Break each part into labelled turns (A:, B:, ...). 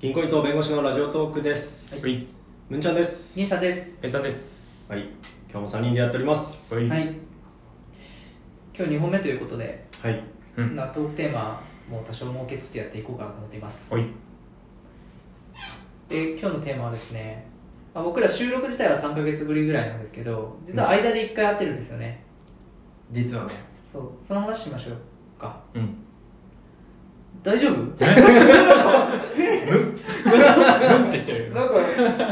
A: 銀行伊藤弁護士のラジオトークです。
B: はい。
A: むんちゃんです。
B: 兄さんです。
C: ペンさんです。
A: はい。今日も三人でやっております。
C: はい
B: はい。今日2本目ということで、
A: はい。
C: うん。
B: なトークテーマも多少設けつつやっていこうかなと思っています。
C: おい。
B: で、今日のテーマはですね、まあ、僕ら収録自体は3ヶ月ぶりぐらいなんですけど、実は間で1回会ってるんですよね。
C: 実はね。
B: そう、その話しましょうか。
C: うん。
B: 大丈夫
C: うんってしてるよね。
B: なんか、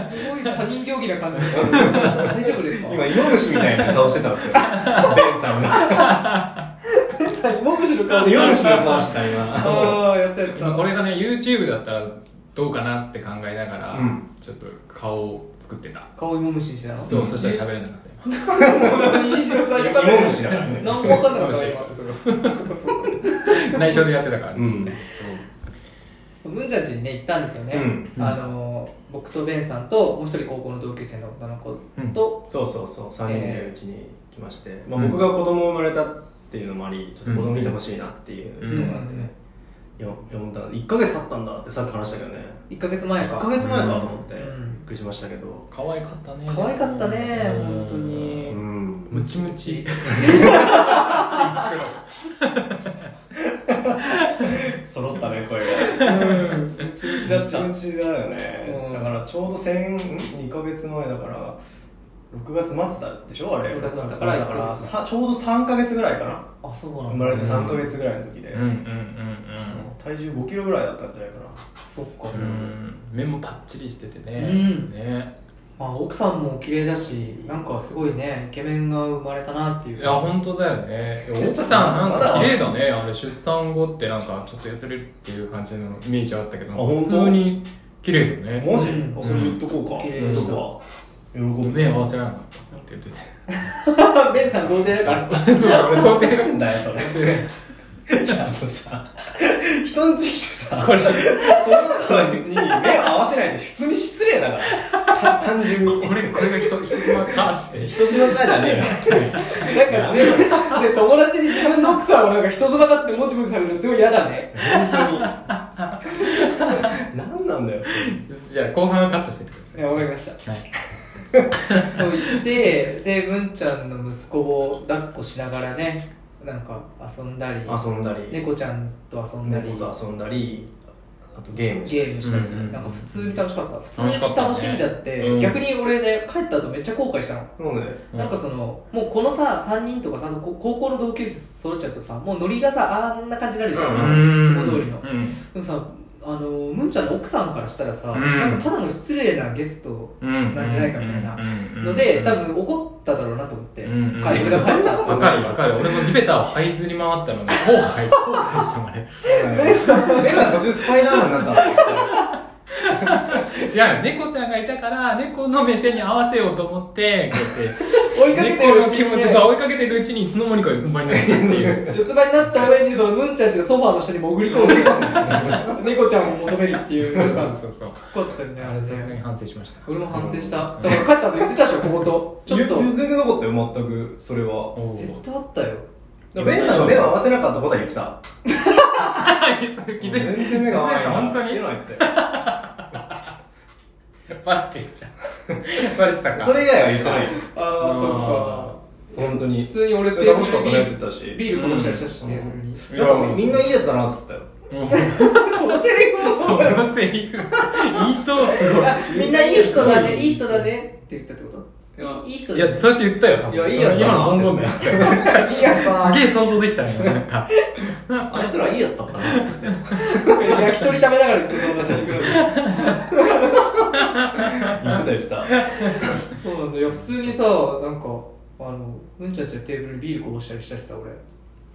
B: すごい他人行儀な感じですけど大丈夫ですか
A: 今、イノムシみたいな顔してたんですよ。 ベンさんが。
B: もぐしの
A: イノムシの顔してた、今。
B: ああ、やったやった。
C: 今これがね、YouTube だったらどうかなって考えながら、
A: うん
C: ちょっと顔を作ってた。
B: 顔芋虫にしてたの
C: そう、そしたら喋れなかった今。
B: 西野最初から
A: イノムシだからね。
B: 何も分かんなかった
C: よ
B: 今そこそこ
C: 内緒でやってたから
A: う
C: ね。
A: ん。
B: そうムンちゃんちにね行ったんですよね、
A: うん
B: あのー僕とベンさんともう一人高校の同級生の女の子と、
A: そうそうそう、三人でうちに来まして。まあ、僕が子供生まれたっていうのもあり、ちょっと子供見てほしいなっていうのがあってね。よ読んだ1ヶ月経ったんだってさっき話したけどね
B: 一1か月前
A: 1
B: か
A: ヶ月前かと思ってびっ
B: うん
A: くりしましたけど
C: 可愛かったね。
B: 可愛かったね
C: うん
B: 本当にう
A: うん
C: ムチムチ。
A: 揃ったね声が
B: うんうちうちだっ
A: 気
B: た
A: 持ちだよね、
B: うん
A: だからちょうど先ん2ヶ月前だから6月末だでしょあれ
B: 6月末だから
A: だか
B: 1ヶ
A: ら
B: 月
A: さちょうど3ヶ月ぐらいかな
B: あそうな
A: 生
B: ん
A: ま
B: だ
A: れて3ヶ月ぐらいの時で、
C: うんうんうん
A: 体重5キロぐらいだったんじゃないかな
B: そっか、
C: うん。うん。目もパッチリしててね。
B: うん
C: ね。
B: まあ、奥さんも綺麗だしなんかすごいねイケメンが生まれたなっていう
C: いや、本当だよね。奥さん、なんか綺麗だね。あれ、出産後ってなんか、ちょっと痩せれるっていう感じのイメージあったけど、
A: あ本
C: 普
A: 当
C: 通に綺麗だね。
A: マジ、
B: うん
A: あそれ言っとこうか、
B: 綺麗
A: 言
B: で
A: っと
B: した
A: こうか喜ぶ
C: 目合わせられなかったって言って て。
B: ベンさん童貞だから
C: そうそう、童貞
A: なんだよそれいやあのさ人んち来てさこれその子に目を合わせないで普通に失礼だからた単純に
C: これ、これが人、人妻かって。
A: 一つの差じゃねえよ
B: なんか自分で友達に自分の奥さんをなんか人妻だってもちもちされるのすごい嫌だね
A: 本当に 何なんだよ
C: じゃあ、後半はカットしてってくださ
B: い
C: い。
B: やわかりました
C: はい。
B: そう言ってで文ちゃんの息子を抱っこしながらねなんか遊んだり
A: 遊んだり
B: 猫ちゃんと遊んだり
A: 猫と遊んだりあとゲームし
B: ゲ
A: て
B: ームしたり、
C: うんうん
B: なんか普通に楽しかった普通
C: 楽しかっ
B: に
C: たね
B: 楽しんじゃって、
C: うん
B: 逆に俺ね帰った後めっちゃ後悔したの、
A: なので
C: うん
B: なんかそのもうこのさ3人とかさこ高校の同級生揃っちゃうとさもうノリがさあんな感じになるじゃん、
C: うん。
B: いつも通りの、
C: うん。
B: でもさあのむんちゃんの奥さんからしたらさ、
C: うん
B: なんかただの失礼なゲスト
C: うん。
B: なんじゃないかみたいな
C: うん
B: ので、
C: うん
B: 多分怒っただろうなと思って、
C: うんうん
B: 帰って俺 は帰った
C: わかるわかる。俺も地べたを這いずり回ったのね。後悔、後悔したもんね。
A: 目が途中スパイダーマンになった
C: 違う、猫ちゃんがいたから、猫の目線に合わせようと思って、こうやって。
B: 追いかけてるうち
C: 猫の
B: に
C: 気持ち
B: ね
C: さ、追いかけてるうちにいつの間にか四つん這いになってるっていう。
B: 四つ葉になった上にそのむんちゃんっていうソファーの下に潜り込んで猫ちゃんを求めるっていうなんかす
C: そうそうそう。
B: ごかったよね
C: あ
B: あ
C: れ
B: れ
C: さすがに
B: ね
C: 反省しました。
B: 俺も反省した
C: う
B: だから
C: ん
B: 帰った後言ってたでしょこことちょっと
A: 譲れてなかったよ全くそれは
C: お
B: 絶対あったよ
A: だからベンさんが目を合わせなかったことは言ってた
C: 対それ気づい
A: 全然目が合わない
C: 本当に
A: 今言ってたよ
C: てバレてるじゃん。バレてたか。
A: それ以外は言ってない
B: あ
C: あ
B: あ
C: ー
B: そうか
A: 本当
B: 普
A: に
B: 通に俺テー
A: 楽し
B: ブ
A: かっ
B: ル
A: たね
B: に
A: って言ってたし
B: ビールこぼしたりしたしね
A: うん
B: テー
A: な
B: ブルにそ
A: んかみんないいやつだなっつった よ
C: もう
B: のセリフも
C: そのセリフ、言いそうすごい。
B: みんないい人だねいい人だねって言ったってこといいい人
C: い
B: だね
C: や、そうやって言ったよ、多分
A: いやいいやつだ
C: 今の
A: な
C: ボンボンのやつ。す
B: いいやつだ
C: げえ想像できたね、なんか。
A: あいつらいいやつだったな
B: 焼き鳥食べながら言ってそうなセリフ
A: 言ってた言ってた
B: そうなんだよ普通にさなんかあのうんちゃんちのテーブルにビールこぼしたりしたしさ俺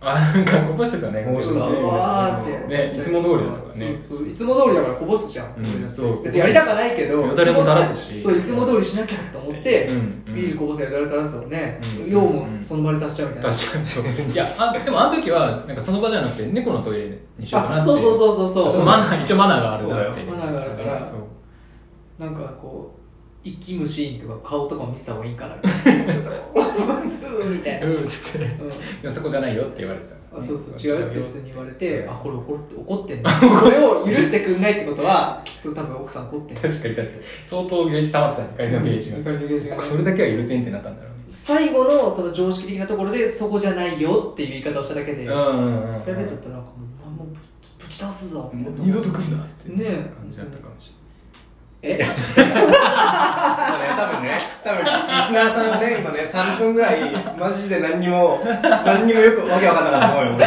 C: あ、なんかこぼしてたね。
A: こぼしてた
C: うん
B: わーって
C: ね、いつも通りだったからね。
B: そうそういつも通りだからこぼすじゃん、
C: うんそう
B: 別にやりたくないけど
C: よだれも垂らすし
B: そういつも通りしなきゃと思って、
C: うんうん
B: ビールこぼせよだれ垂らすのね、
C: うん
B: 用もその場で足しちゃうみたいな、
C: 確かにそう。いや、あでもあの時は、なんかその場じゃなくて、猫のトイレにしようかな
B: あ
C: って。
B: そうそうそうそうそう
C: マナー、一応マナーがあるなって。
B: そうだよマナーがあるから
C: そう。
B: なんかこう息むシーンとか顔とかも見せた 方がいいんかなみたいなちょっとこう うーみたいな、
C: うん、つって。
B: うん
C: いや、そこじゃないよって言われてた。
B: あそうそう違うよって普通に言われ
C: 違う
B: て
C: よ
B: あこれ怒って怒ってんだ これを許してくんないってことはきっと多分奥さん怒ってんだ
C: 確かに確かに相当ゲージ溜まってたね怒りのゲージが
B: 怒りのゲージが
C: それだけは許せんってなったんだろうね
B: 最後のその常識的なところでそこじゃないよっていう言い方をしただけで、
C: うんうんうん
B: プライベートだったらなんかもうあもうぶちぶち倒すぞみた
C: も
B: いうな
C: 二度と来るなって
B: ねえ
C: 感じだったかもし
B: え
A: まあね、多分ね、多分リスナーさんはね、今ね、3分ぐらい、マジで何にも、何にもよくわけわかんなかったと思うよ、俺。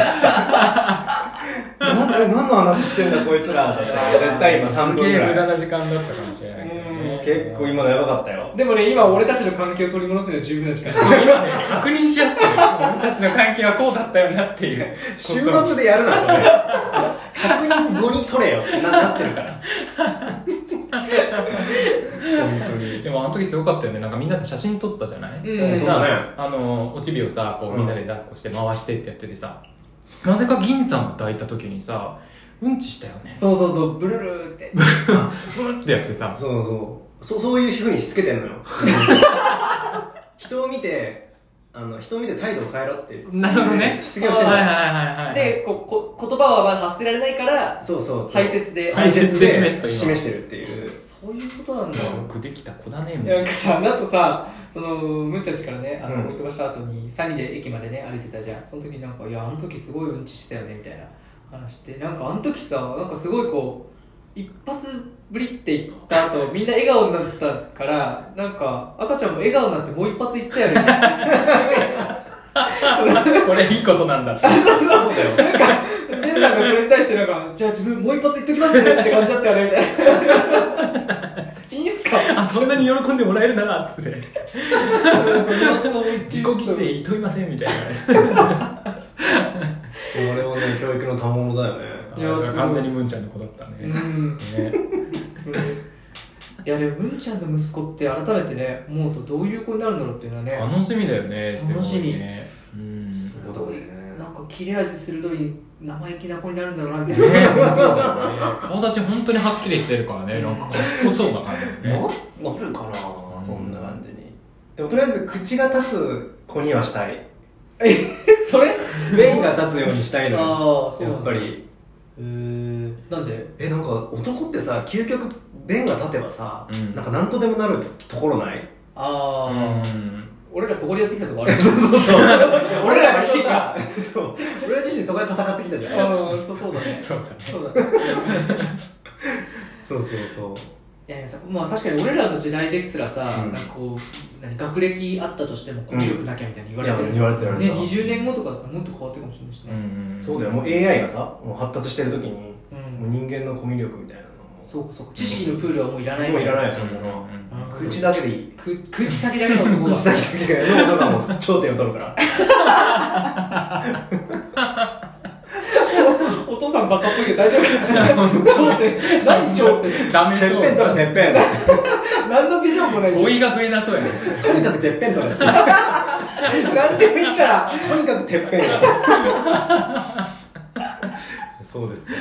A: なんえ何の話してんだ、こいつら。絶
C: れない
A: 対今3分ぐ
C: すげえ無駄
A: らい。
C: な時間だったかもしれないけどね
A: 結構今のやばかったよ。
B: でもね今俺たちの関係を取り戻すには十分な時間です
C: そう今ね確認し合ってる俺たちの関係はこうだったよなっていう
A: 収録でやるな、それ。確認後に取れよってななってるから。本当に。
C: でもあの時すごかったよねなんかみんなで写真撮ったじゃない、
B: うん
C: で
A: そう
C: さ、
A: だね
C: あのおちびをさこうみんなで抱っこして回してってやっててさ、なぜか銀さんが抱いた時にさうんちしたよね
B: そうそうそうブルルーって
C: うんってやってさ
A: そうそう。そう、そういう風にしつけてんのよ。人を見て、あの、人を見て態度を変えろって。
C: なるほどね
A: しつけをしてんの
C: はい
A: よ
C: はいはいはいはい
B: でここ言葉はまだ発せられないから
A: そうそうそう。
B: 排泄で
A: 排泄
C: で
A: で
C: 示すという
A: 示してるっていう。
B: そういうことなんだ
C: よくできた子だねみ
B: い
C: た
B: や
C: い
B: なん
C: な
B: かさ、なんかさ、そのむっちゃんちからね、あの、
A: うん
B: 追い飛ばした後に、3人で駅までね、歩いてたじゃん。その時になんか、いや、あの時すごいうんちしてたよね、みたいな話して、なんかあの時さ、なんかすごいこう、一発ぶりって言った後、みんな笑顔になったから、なんか、赤ちゃんも笑顔になってもう一発いったよね。
C: これいいことなんだって
A: そうだよ。
B: で、なんかそれに対してなんか、じゃあ自分もう一発言っときますねって感じだったよね、みたいな。いいんすか
C: あそんなに喜んでもらえるならって自己犠
B: 牲。
C: 牲いといませんみたい
A: これもね、教育の賜物だよね。
C: な
B: いや
C: あ
B: すごい
C: 完全にムンちゃんの子だった
B: う
C: ねね
B: ん。いやでも文ちゃんの息子って改めてね思うとどういう子になるんだろうっていうのはね
C: 楽しみだよねすご
B: 楽し
C: い
B: み
C: ねうん
B: す
A: そう
B: ご
A: だ
B: い
A: ね
B: なんか切れ味鋭い生意気な子になるんだろうなみた
C: ね
B: いな
C: そうだよね顔立ち本当にはっきりしてるからね、なんか賢そうな感じだよね。
A: ななるかなそんな感じに。でもとりあえず、口が立つ子にはしたい。
B: えそれ
A: 弁が立つようにしたいのよ。
B: ああそう
A: や
B: な
A: っ
B: ん
A: ぱ
B: だへ
A: り。
B: えなんで
A: え、なんか男ってさ、究極、弁が立てばさ、
C: うん
A: なんか何とでもなるところない
B: ああ
C: う
B: 俺らそこでやってきたとこある
A: そうそう そう。俺ら自身
B: が
A: が、そう。俺ら自身そこで戦ってきたじゃん。
B: ああそうそうだね
C: ん。そうだね。
B: そうだね
A: そうそうそう。
B: いやいやさまあ確かに俺らの時代ですらさ、
A: うん
B: なんかこう何学歴あったとしてもコミュ力なきゃみたいに言われてる、
A: いや言われてる
B: ね20年後とかだったらもっと変わってるかもしれないし
C: う
B: ね、
C: ん
A: そうだよ、もう AI がさ、もう発達してる時に、
B: うん
A: もう人間のコミュ力みたいなのも
B: そうかそうか知識のプールはもういらない
A: もういらないいよ、そんなの。
B: うん
A: 口だけでいい。
B: く口先だけのとこが
A: 口先だけで、脳とかも頂点を取るから。
B: お父さんバカっぽいけど大丈夫頂点何頂点
C: ダメ
A: て
C: そ
A: っぺん取
C: う。
A: れ、てっぺん。
B: 何のビジョンもない
C: 語彙が増えなそうやね。
A: とにかくてっぺん取れ。
B: 何でもいいから
A: とにかくてっぺん。そうですね。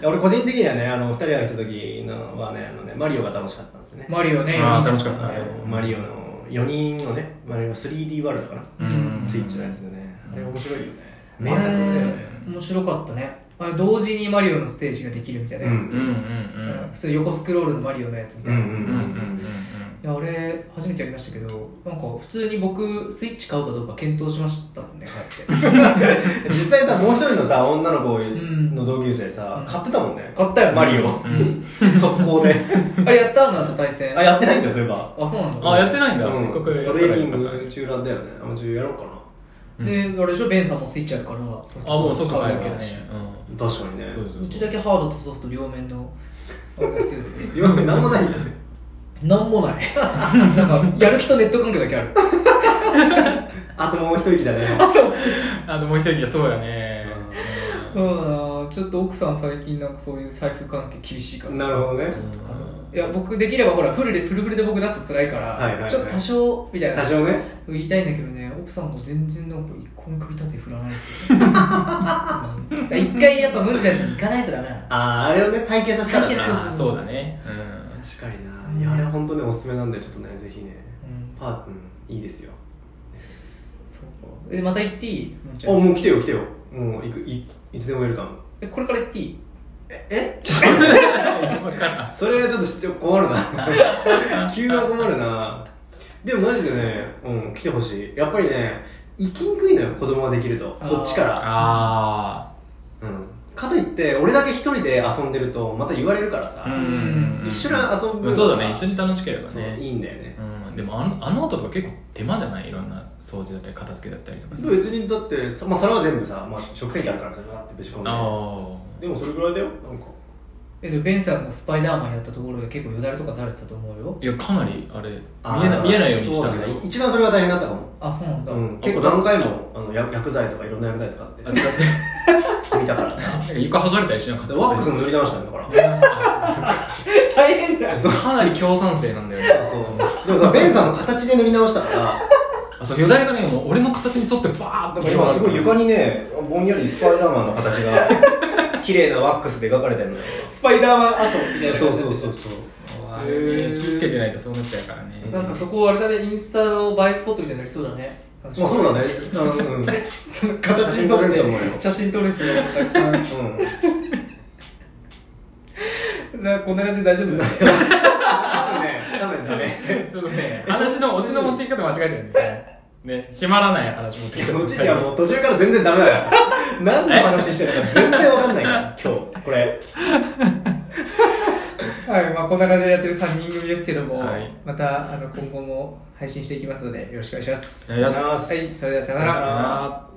A: いや俺個人的にはね、あの、二人が来た時のはね、あのね、マリオが楽しかったんですよね。
B: マリオね
C: あー楽しかっ
A: あ
C: たね
A: のマリオの4人のね、マリオ 3D ワールドかな。
C: うん
A: スイッチのやつでね。あれ面白いよね。
B: あれ
A: 名作だよね。
B: 面白かったねあれ同時にマリオのステージができるみたいなやつ、
C: うんうん
B: うん普通に横スクロールのマリオのやつみたいな、
A: うん
C: うん。うんうんう
B: い
C: ん
B: や俺初めてやりましたけどなんか普通に僕スイッチ買うかどうか検討しましたもんね買って
A: 実際さ、もう一人のさ、女の子
B: ん
A: の同級生さ
B: う、ん
A: 買ってたもんね。
B: 買ったよね
A: マリオ。
C: ん
A: 速攻で。
B: あれやったあの後対 戦
A: あ、やってないんだよ、そういえば。
B: あそうなんだ
C: あ、やってないんだ。
A: う
C: せ
A: ん
C: っか
A: ト
C: く
A: レ
C: やったら
A: ーニ
C: よかった
A: ング中断だよね。あ、もうちょいやろうかな。
B: で、あれでしょ、ベンさんもスイッチあるから、その
C: あ、もうそうか、
B: 買
C: や
B: う
C: っ
B: だけ
C: けね
B: だし。。
A: 確かにね。
C: そうそうそう
B: うちだけハードとソフト両面の、あれが必要ですね。
A: 今まで何もないんだ よね。
B: なんも ない。なんか、やる気とネット環境だけある。
A: あともう一息だね。
C: あともう一人はそうだね。
B: うん、ちょっと奥さん最近なんかそういう財布関係厳しいから。
A: なるほどね。
B: 家族いや、僕できればほら、フルで、フルフルで僕出すと辛いから、
A: はいはいはい
B: ちょっと多少、みたいな
A: 多。少ね。
B: 言いたいんだけどね、奥さんが全然なんか一個も首立て振らないですよ、ね。うんだから一回やっぱムンちゃんちに行かないとダメなの。
A: あー、あれをね、体験させたら
B: 体験そう
A: な。
B: そう
C: そうだね。
A: 確かにな。いや、あれは本当ね、おすすめなんで、ちょっとね、ぜひね。
B: うん
A: パー、うん、いいですよ。
B: そえまた行っていいもんち
A: あ
B: ゃん
A: もう来てよ来てよもう行くいいつでもウェルカム
B: えこれから行っていい
A: え
C: 分 からん
A: それはちょっと知って困るな 急は困るなでもマジでねうん来てほしいやっぱりね行きにくいのよ子供ができると
B: あー
A: こっちから
C: あ
A: うんかといって俺だけ一人で遊んでるとまた言われるからさ、
C: あうん
A: 一緒に遊ぶのさ
C: そうだね一緒に楽しければ
A: そうい
C: ね
A: いんだよね
C: うんでもあのあの後とか結構手間じゃないいろんな掃除だったり片付けだったりとかさ
A: そう別にだってさ、まあ、皿は全部さ、まあ、食洗機あるからさガーってぶち込んで
C: ああ
A: でもそれぐらいだよなんか
B: えでもベンさんがスパイダーマンやったところで結構よだれとか垂れてたと思うよ
C: いやかなりあれ見
A: あー
C: えな見えないようにしたけ
A: そ
C: ど
A: だね一番それが大変だったかも、
B: あそうなんだ、
A: うん、結構何回もあの薬薬剤とかいろんな薬剤使って
C: あだっ
A: 見たからさ
C: て 床剥がれたりしなかっ
A: で
C: た
A: ワックスも塗り直したんだから
B: 大変だよ
A: そう
C: かなり強酸性なんだよね
A: そうでもさベンさんの形で塗り直したから
C: あそうよだれがねもう俺の形に沿ってバー
A: だか
C: ッと
A: ら今すごい床にねぼんやりスパイダーマンの形が 綺麗なワックスで描かれてるのよ
B: スパイダーマン跡みたいな
A: そうそうそうそう
C: あれね気付けてないとそうなっちゃうからね
B: なんかそこあれだねインスタの映えスポットみたいになりそうだね
A: まあそうだねあのうん
B: その形に沿って写真撮る人がたくさん
A: うん
B: なこんな感じで大丈夫
A: 多分ね多分だね
C: ちょっとね、話のオチの持っていき方間違えてるね。ね、締まらない話持って
A: い
C: き
A: や
C: 方。
A: そっちにはもう途中から全然ダメ だよ何の話してるか全然わかんないから今日これ
B: はい、まあ、こんな感じでやってる3人組ですけども、
C: はい
B: またあの今後も配信していきますのでよろしくお願いします。
C: お願いし
A: お願いし
C: ま。
A: ますす
B: はい、それではさよな
A: さよ
B: ら
A: なら
C: あー